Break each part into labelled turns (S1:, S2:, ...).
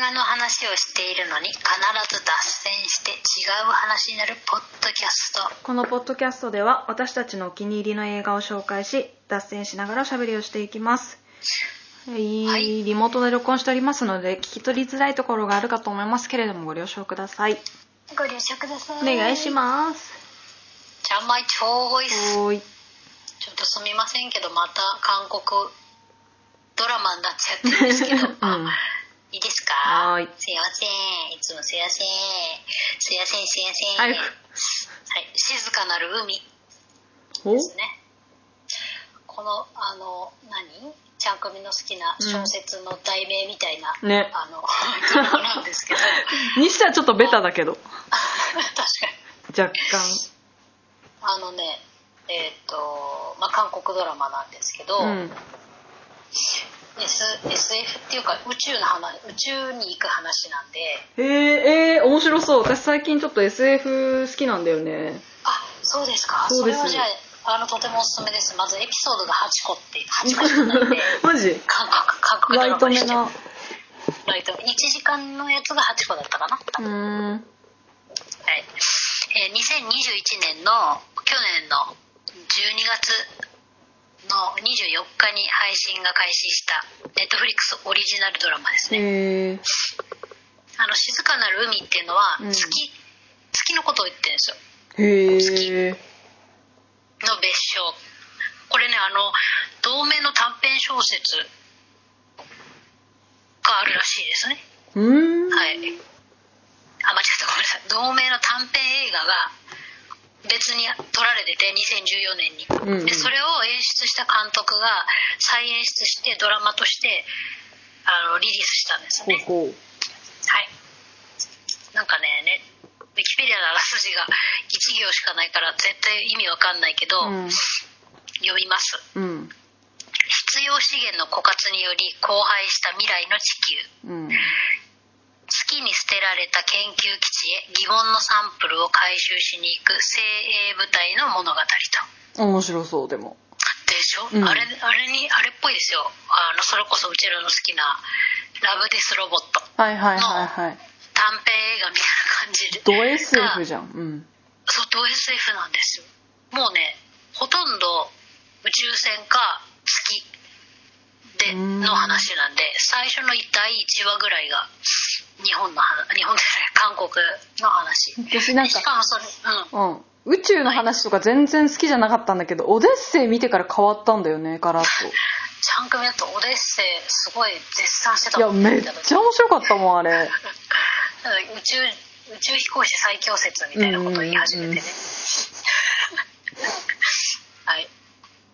S1: 画の話をしているのに必ず脱線して違う話になるポッドキャスト
S2: このポッドキャストでは私たちのお気に入りの映画を紹介し脱線しながらおしゃべりをしていきます、はい
S1: はい
S2: リモートで録音しておりますので聞き取りづらいところがあるかと思いますけれどもご了承ください
S1: ご了承ください
S2: お願いします
S1: すちゃんまいちょーいす
S2: おーい
S1: ちょっとすみませんけどまた韓国ドラマになっちゃってるんですけど、
S2: うん
S1: いいですか
S2: はーい
S1: すいませんいつもすいませんすいませんすいません
S2: はい
S1: はい静かなる海
S2: お
S1: ですねこのあの何ちゃんくみの好きな小説の題名みたいな、
S2: うんね
S1: あの記憶なんですけど
S2: にしてはちょっとベタだけど
S1: 確かに
S2: 若干
S1: あのねえっ、とまあ韓国ドラマなんですけど、
S2: うん、
S1: S、SF っていうか宇宙の話宇宙に行く話なんで
S2: えー、えー、面白そう私最近ちょっと SF 好きなんだよね
S1: あそうですか
S2: そうです
S1: れはじゃああのとてもおすすめですまずエピソードが8個って8個しかないんで
S2: マジ
S1: 韓国韓国ド
S2: ラ
S1: ラ
S2: イ
S1: マ
S2: ト
S1: に
S2: 目
S1: しちゃう
S2: な
S1: ライト1時間のやつが8個だったかな、は
S2: う
S1: い
S2: ーん
S1: えー2021年の去年の12月の24日に配信が開始したネットフリックスオリジナルドラマですね、
S2: えー、
S1: あの静かなる海っていうのは
S2: うん
S1: 月、月のことを言ってるんですよ
S2: へえ
S1: の別称これねあの同名の短編小説があるらしいですね
S2: うーん
S1: はいあ間違ったごめんなさい同名の短編映画が別に撮られてて2014年に、
S2: うんうん
S1: でそれを演出した監督が再演出してドラマとしてあのリリースしたんです
S2: ほう
S1: ね
S2: ほう
S1: はい。なんかね、ね、ウィキペディアのあらすじが一行しかないから絶対意味わかんないけど、
S2: うん
S1: 読みます。
S2: うん
S1: 必要資源の枯渇により荒廃した未来の地球。
S2: うん
S1: 月に捨てられた研究基地へ疑問のサンプルを回収しに行く精鋭部隊の物語と。
S2: 面白そうでも
S1: でしょ、
S2: うん
S1: あれあれにあれっぽいですよあのそれこそうちらの好きな「ラブデスロボット」
S2: はいはいはいはい
S1: 短編映画みたいな感じで
S2: ド SF
S1: が
S2: じゃんうん
S1: そうド SF なんですよもうねほとんど宇宙船か月で
S2: うーん
S1: の話なんで最初の第1話ぐらいが日本の話日本じゃない韓国の話
S2: 私なんか
S1: でしかもそれうん
S2: うん宇宙の話とか全然好きじゃなかったんだけどオデッセイ見てから変わったんだよねガラッ
S1: ちゃんくみだとオデッセイすごい絶賛して
S2: と
S1: た
S2: いやめっちゃ面白かったもんあれ
S1: 宇宙宇宙飛行士最強説みたいなことを言い始めてね、
S2: うんうんうん
S1: はい、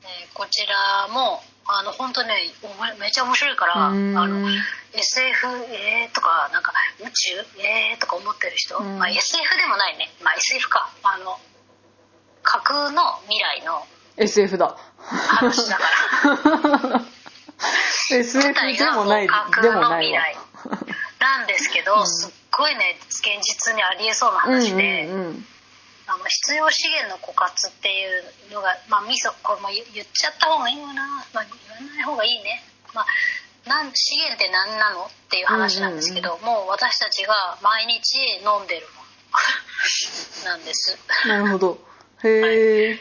S1: えーこちらもあの本当ねおもめっちゃ面白いから、
S2: うん
S1: あの SF えーとかなんか宇宙えーとか思ってる人、
S2: うん
S1: まあ、SF でもないね、まあ、SF かあの架空の未来の
S2: SF だ
S1: 話 だから
S2: SF でもないでもないわ
S1: なんですけど、すっごいね現実にありえそうな
S2: うん
S1: 話で。
S2: うんうん
S1: あの必要資源の枯渇っていうのが、まあ、みそこれも言言っちゃった方がいいのかな、まあ、言わない方がいいね、まあ、なん資源って何なのっていう話なんですけど、もう私たちが毎日飲んでるものなんです
S2: なるほどへえ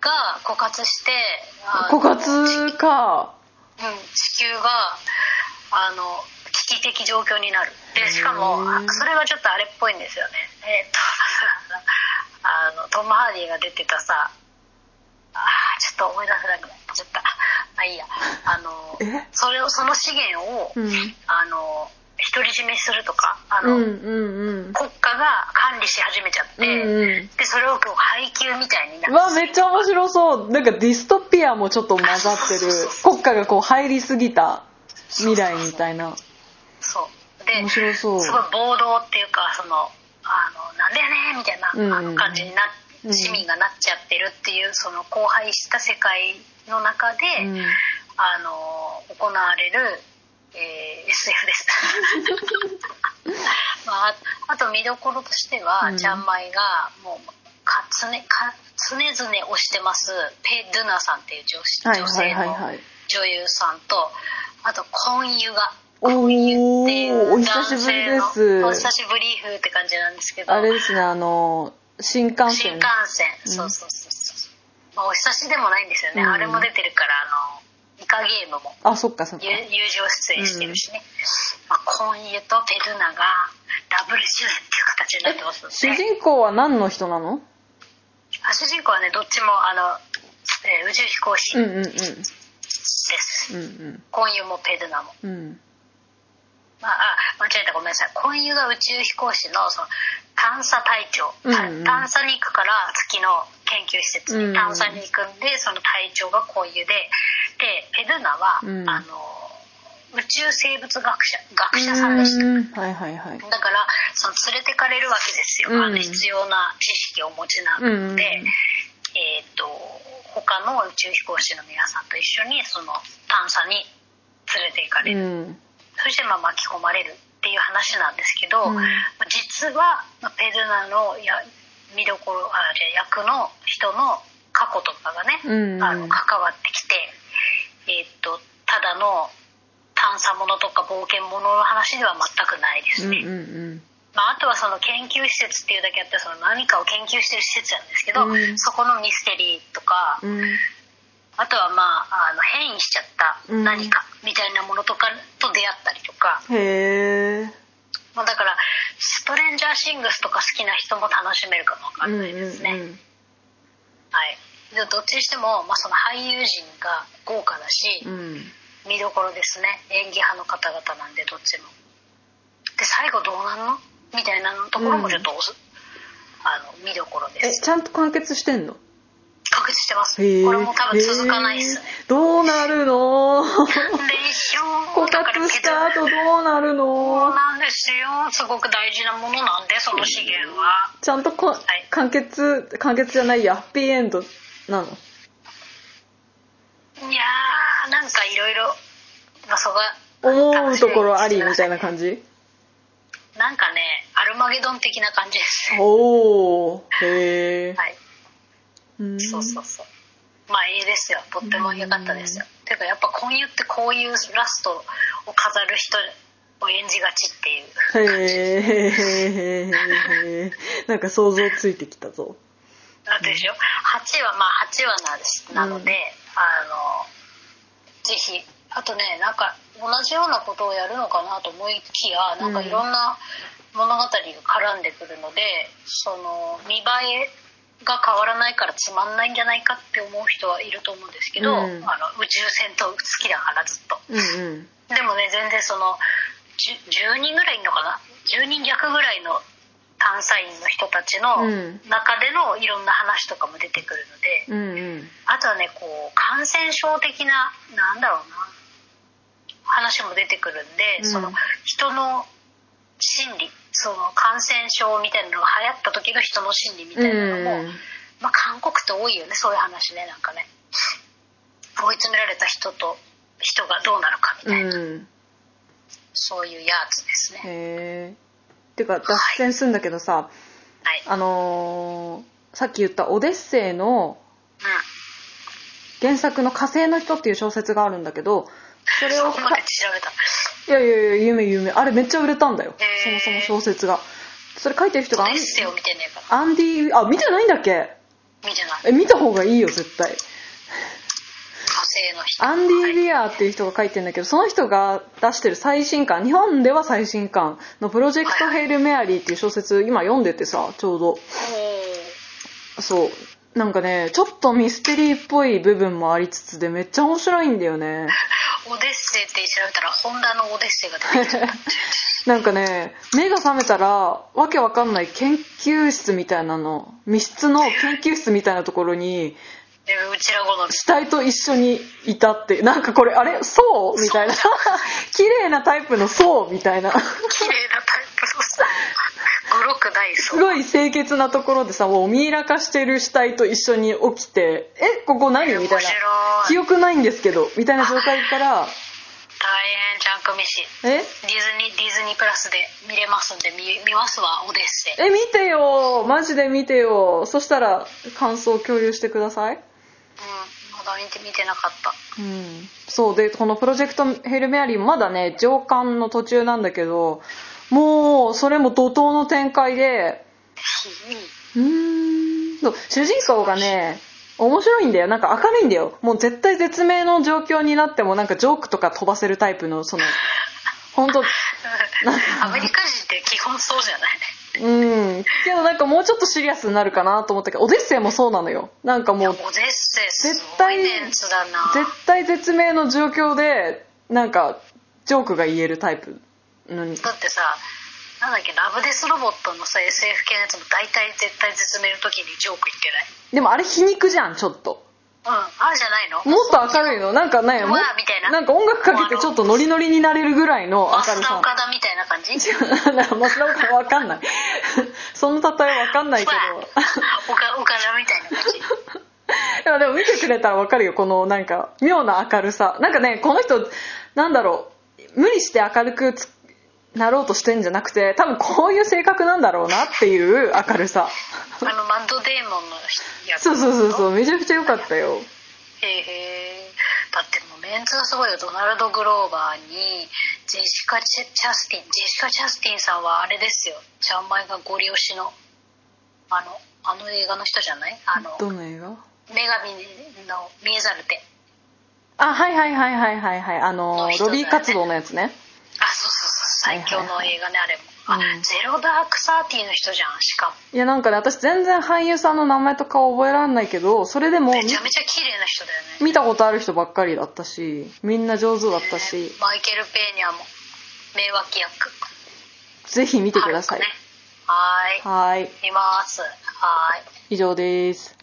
S1: が枯渇してあの
S2: 枯渇か
S1: うん、地球があの危機的状況になるでしかも
S2: へー
S1: それはちょっとあれっぽいんですよねえーっと あのトム・ハーディが出てたさあーちょっと思い出せなくなっちゃったまあいいやあの
S2: え
S1: それをその資源を、
S2: うん
S1: あの独り占めするとかあ
S2: う
S1: の、
S2: んうんうん
S1: 国家が管理し始めちゃって、
S2: うんうん
S1: でそれをこう配給みたいにな
S2: うわめっちゃ面白そうなんかディストピアもちょっと混ざってる国家がこう入りすぎた未来みたいな
S1: そうで
S2: 面白そう
S1: すごい暴動っていうかそのあのなんでやねんみたいな
S2: うんうんうん
S1: あの感じにな
S2: うん
S1: 市民がなっちゃってるっていうその荒廃した世界の中で、
S2: うん
S1: あの行われる、えー SF です、まあ、あと見どころとしては、
S2: うん
S1: ジャンマイがもうか常か常々推してますペ・ドゥナさんっていう女,、
S2: はい
S1: 女
S2: はい
S1: 性の
S2: はいはい
S1: 女優さんとあとコン・ユガ小木ってい
S2: おーお
S1: う
S2: 久し
S1: 男
S2: ぶり
S1: 性
S2: で
S1: の
S2: す
S1: お久しぶり風って感じなんですけど
S2: あれですねあの新幹
S1: 新
S2: 線
S1: 幹線、
S2: うん
S1: そうそうそうそう、まあ、お久しでもないんですよね、
S2: うん
S1: あれも出てるからあのイカゲームも
S2: あそっかそっか
S1: 友友情出演してるしね、まあ、コンイエとペルナがダブル主演っていう形になってますの
S2: 主
S1: で、
S2: 人公は何の人なの
S1: あ主人公はねどっちもあの、えー宇宙飛行士
S2: うん
S1: で
S2: うんうん
S1: す、
S2: うん
S1: コンユもペルナも、
S2: うんうん
S1: まあ、あ間違えたごめんなさいコンユが宇宙飛行士のその探査隊長、た
S2: うんうん
S1: 探査に行くから月の研究施設
S2: う
S1: に
S2: ん
S1: 探査に行くんで、その隊長がコンユででペルナは、
S2: うん
S1: あの宇宙生物学者学者さんでした
S2: うんはいはいはい
S1: だからその連れてかれるわけですよ、
S2: うん
S1: あの必要な知識をお持ちなの
S2: うんうんうん
S1: で、えー、と他の宇宙飛行士の皆さんと一緒にその探査に連れて行かれ
S2: う
S1: る、
S2: ん
S1: そしてまあ巻き込まれるっていう話なんですけど、
S2: うん
S1: まあ実はまあペルナのや見どころあじゃあ役の人の過去とかがね、
S2: うんうん
S1: あの関わってきて、えー、とただの探査ものとか冒険ものの話では全くないです
S2: う
S1: ね。
S2: んうん
S1: まあ、あとはその研究施設っていうだけあってその何かを研究してる施設なんですけど、
S2: うん
S1: そこのミステリーとか、
S2: うん
S1: あとはまああの変異しちゃった
S2: うん
S1: 何かみたいなものとかと出会ったりとか、
S2: うんへえ
S1: まあ、だから「ストレンジャーシングス」とか好きな人も楽しめるかもわか
S2: うんん
S1: な
S2: う
S1: い
S2: ん
S1: ですね、
S2: うん
S1: はい、でどっちにしても、まあ、その俳優陣が豪華だし、
S2: うん
S1: 見どころですね演技派の方々なんでどっちもで最後どうなんのみたいなところもちょっとおす、あの見どころで
S2: え
S1: す
S2: ちゃんと完結してんの
S1: 確実してます
S2: へえ
S1: これも多分続かないですね
S2: へえどうなるの
S1: で一応
S2: 枯
S1: だから
S2: 渇した後どうなる
S1: そう
S2: の
S1: なんですよすごく大事なものなんでその資源は
S2: ちゃんとこ
S1: い
S2: 完結完結じゃないやハッピーエンドなの
S1: いやーなんかいろいろまあそこが
S2: 思うところありみたい
S1: な
S2: な感じ
S1: なんかねアルマゲドン的な感じですね
S2: おおへえ、
S1: はい
S2: うん
S1: そうそうそうまあいいですよとっても良かったですよていうかやっぱ婚友ってこういうラストを飾る人を演じがちっていう
S2: へえなんか想像ついてきたぞ
S1: あとでしょ8話まあ8話なんですなので、
S2: うん
S1: あのぜひあとねなんか同じようなことをやるのかなと思いきやなんかいろんな物語が絡んでくるので、その見栄えが変わらないからつまんないんじゃないかって思う人はいると思うんですけど、
S2: うん
S1: あの宇宙戦闘好きだからずっと。
S2: うんうん
S1: でもね全然そのじゅ 10, 人ぐらいいんのかな10人弱ぐらいの探査員の人たちの
S2: うん
S1: 中でのいろんな話とかも出てくるので、
S2: うんうん
S1: あとはねこう感染症的ななんだろうな話も出てくるんで、
S2: うん
S1: その人の心理その感染症みたいなのが流行った時の人の心理みたいなのも、
S2: うん
S1: まあ、韓国って多いよねそういう話ねなんかね追い詰められた人と人がどうなるかみたいな。
S2: うん
S1: そういうやつですね。
S2: へえてか脱線するんだけどさ
S1: はい。
S2: あのーさっき言った「オデッセイ」の
S1: う
S2: 原作の「火星の人」っていう小説があるんだけどそれ
S1: ん。
S2: を
S1: そこまで調べた。
S2: いやいやいや夢夢あれめっちゃ売れたんだよ
S1: へー
S2: そもそも小説がそれ書いてる人がアン
S1: エッセイを見てねえか
S2: アンディあ見てないんだっけ
S1: ら。見てない。火
S2: え見た方がいいよ絶対
S1: 星の人。
S2: アンデ
S1: は
S2: ィ・ウィアーっていう人が書いてるんだけどその人が出してる最新刊日本では最新刊の「プロジェクト・ヘイル・メアリー」っていう小説今読んでてさちょうど
S1: い、
S2: そうなんかねちょっとミステリーっぽい部分もありつつでめっちゃ面白いんだよね
S1: おーオデッセイって調べたら、ホンダのオデッセイが出て きた。
S2: なんかね目が覚めたらわけわかんない研究室みたいなの密室の研究室みたいなところに
S1: えうちら好み。
S2: 死体と一緒にいたってなんかこれあれそうみたいな 綺麗なタイプのそうみたいな
S1: 綺麗なタイプの さ。五六大
S2: す
S1: 層。
S2: ごい清潔なところでさもうおミイラ化してる死体と一緒に起きて「えここ何?」みた
S1: 面
S2: いな
S1: 白い
S2: 「記。憶ないんですけど」みたいな状態から
S1: 大変ちゃん組し。
S2: 「え
S1: ディズニー、ディズニープラスで見れますんで、見見ますわ、オデッセイ。
S2: え見てよマジで見てよそしたら感想を共有してください
S1: うん、まだ見て見てなかった
S2: うん、そうでこのプロジェクト「ヘルメアリー」まだね上巻の途中なんだけどもうそれも怒涛の展開でうーんそう主人公がね面白いんだよなんか明るいんだよもう絶対絶命の状況になってもなんかジョークとか飛ばせるタイプ のその本当
S1: アメリカ人って基本そうじゃない
S2: うんけどなんかもうちょっとシリアスになるかなと思ったけどオデッセイもそうなのよなんか
S1: いや
S2: も
S1: オ
S2: う
S1: デッセイすごいメンツだな
S2: 絶対絶命の状況でなんかジョークが言えるタイプのに
S1: だってさなんだっけラブデスロボットのさ SF 系のやつも大体絶対絶命の時にジョーク言って
S2: でもあれ皮肉じゃんちょっと
S1: ないうんあるじゃないの
S2: もっと明るいのなんかね
S1: うわ
S2: も
S1: みたいなん
S2: か音楽かけてちょっとノリノリになれるぐらいの明る
S1: 増田
S2: さ
S1: 岡田みたいな感じ
S2: 違う な松田岡わかんない その例えわかんないけど
S1: 岡岡田みたいな感じ
S2: いやでも見てくれたらわかるよこのなんか妙な明るさなんかねこの人なんだろう無理して明るくつなろうとしてんじゃなくて多分こういう性格なんだろうなっていう明 るさ
S1: あのマッドデーモンのやつ
S2: そうそうそうそうめちゃくちゃ良かったよ
S1: へえだってもうメンツがすごいよドナルド・グローバーにジェシカ・チャチャスティンジェシカ・チャスティンさんはあれですよちゃんまいがゴリ押しのあのあの映画の人じゃないあの
S2: どの映画
S1: 女神の見えざる手
S2: あはいはいはいはいはいはいあの
S1: の人だ
S2: ロ
S1: よね
S2: ビー活動のやつね
S1: あそうそうそう最強の映画ねあれも、
S2: う
S1: あ
S2: ん
S1: ゼロダークサーティーの人じゃんしかも
S2: いやなんかね私全然俳優さんの名前とか覚えられないけどそれでも
S1: めちゃめちゃ綺麗な人だよね
S2: 見たことある人ばっかりだったしみんな上手だったし
S1: ねマイケル・ペーニャも名脇役
S2: ぜひ見てください
S1: はるかねはーい
S2: はい
S1: 見ますはーい
S2: 以上です